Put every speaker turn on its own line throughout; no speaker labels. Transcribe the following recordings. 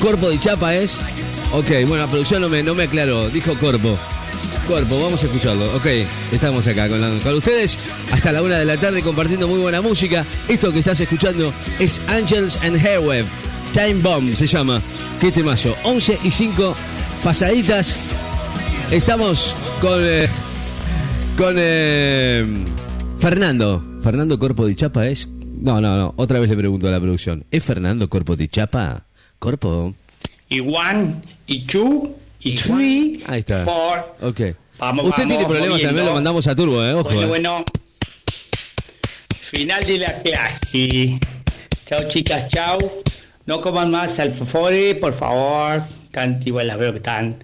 Corpo de Chapa es. Ok, bueno, la producción no me, no me aclaró. Dijo Corpo. Corpo, vamos a escucharlo. Ok, estamos acá con, la- con ustedes hasta la una de la tarde compartiendo muy buena música. Esto que estás escuchando es Angels and Hairweb. Time Bomb se llama. Qué temazo. 11 y 5 pasaditas. Estamos con. eh, con eh, Fernando. Fernando Corpo de Chapa es. No, no, no. Otra vez le pregunto a la producción. ¿Es Fernando Corpo de Chapa? Corpo.
Y one, y two, y three,
Ahí está.
four.
Ok.
Vamos,
Usted
vamos,
tiene problemas
moviendo.
también, lo mandamos a Turbo, ¿eh? Ojo.
Bueno,
eh.
bueno. Final de la clase. Chao, chicas, chao. No coman más alfafores, por favor. Tan, igual las veo que están.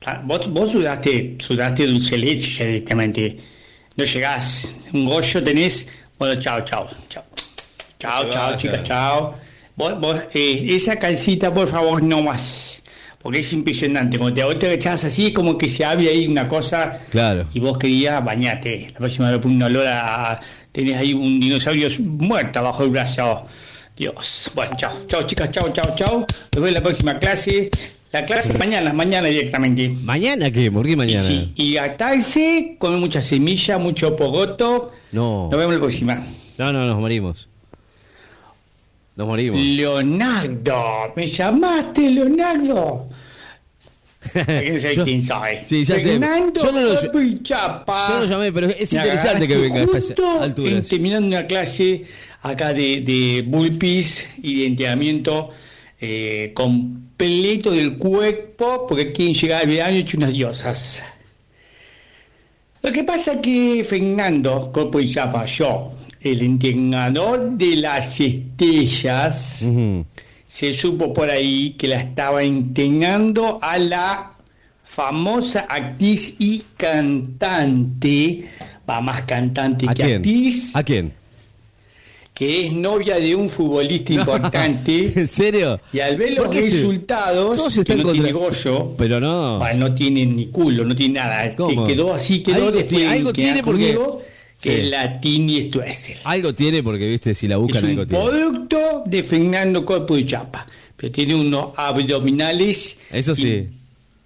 están- vos, vos sudaste, sudaste dulce leche ya directamente. No llegás. Un goyo tenés. Bueno, chao, chao, chao. Chao,
Que se
chao,
vaya.
chicas, chao. Vos- vos, eh, esa calcita, por favor, no más. Porque es impresionante. Cuando te, vos te echás así, es como que se abre ahí una cosa.
Claro.
Y vos querías bañate. La próxima vez pone un olor a. a- Tenés ahí un dinosaurio muerto bajo el brazo. Dios. Bueno, chao. Chao, chicas. Chao, chao, chao. Nos vemos en la próxima clase. La clase mañana, mañana directamente.
¿Mañana qué? ¿Por qué
Y,
mañana?
sí, y atarse, come mucha semilla, mucho pogoto.
No.
Nos vemos en la próxima.
No, no, nos morimos. Nos morimos.
Leonardo. ¿Me llamaste, Leonardo? Fíjense
Yo-
quién soy.
Sí, ya sé.
Fernando
Yo no lo-
Papo y Chapa.
yo lo llamé, pero es
Me
interesante que
agarraste
venga a estas
justo
alturas.
en- terminando una clase acá de, de burpees y de entrenamiento eh, completo del cuerpo, porque quieren llegar al verano hecho unas diosas. Lo que pasa que Fernando Corpo y Chapa, yo, el entrenador de las estrellas,
Ujú.
se supo por ahí que la estaba entrenando a la famosa actriz y cantante, va más cantante
¿A
que
quién?
actriz,
¿A quién?
que es novia de un futbolista
¿En
importante.
serio?
Y al ver los
¿Por qué se-
resultados,
Todos están
que no
contra-
tiene goyo,
Pero no.
bah, no tiene ni culo, no tiene nada.
¿Cómo?
Que quedó así, quedó
Algo
después
ti- algo
queda
tiene porque-
conmigo, que
Sí.
la Tini Stoessel.
Algo tiene porque, viste, si la buscan,
es
algo
un
tiene.
producto de Fernando Corpo y Chapa. Pero tiene unos abdominales
Eso sí.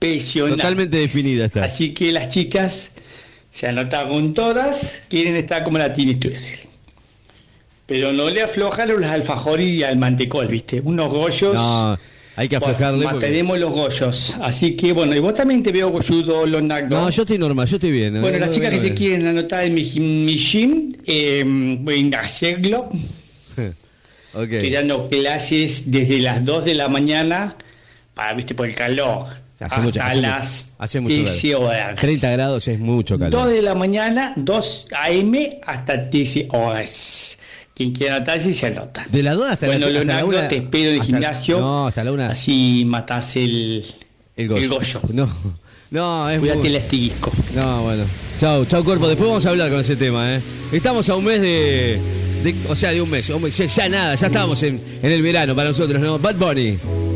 impresionantes.
Totalmente definida está.
Así que las chicas se anotaron todas, quieren estar como la Tini Stoessel. Pero no le aflojaron los alfajores y al mantecol, ¿viste? Unos gollos.
No, hay que
Bueno,
aflojarle. porque-
mantenemos los gollos. Así que, bueno, y vos también te veo golludo, Leonardo.
No, yo estoy normal, yo estoy bien. ¿eh?
Bueno,
No,
las
no,
chicas
no,
que se
no.
quieren anotar en mi, mi gym, eh, voy a hacerlo.
Ok.
Estoy dando clases desde las 2 de la mañana, para, viste, por el calor, hasta
mucho- hace mucho-
las
hace mucho calor.
13 horas.
30 grados es mucho
2
calor.
de la mañana, 2 AM hasta 13 horas. Quien quiera anotarse se anota.
De la 2 hasta la-
bueno,
hasta la
Leonardo,
una-
te espero en el
hasta-
gimnasio.
no, hasta la una.
Así matás el,
El goyo.
goyo.
No, no, es
Cuídate
muy-
el asterisco.
No, bueno. Chau, chau cuerpo. Después vamos a hablar con ese tema, ¿eh? Estamos a un mes de. de- o sea, de un mes. un mes. Ya, ya nada, ya estábamos en, en el verano para nosotros, ¿no? Bad Bunny.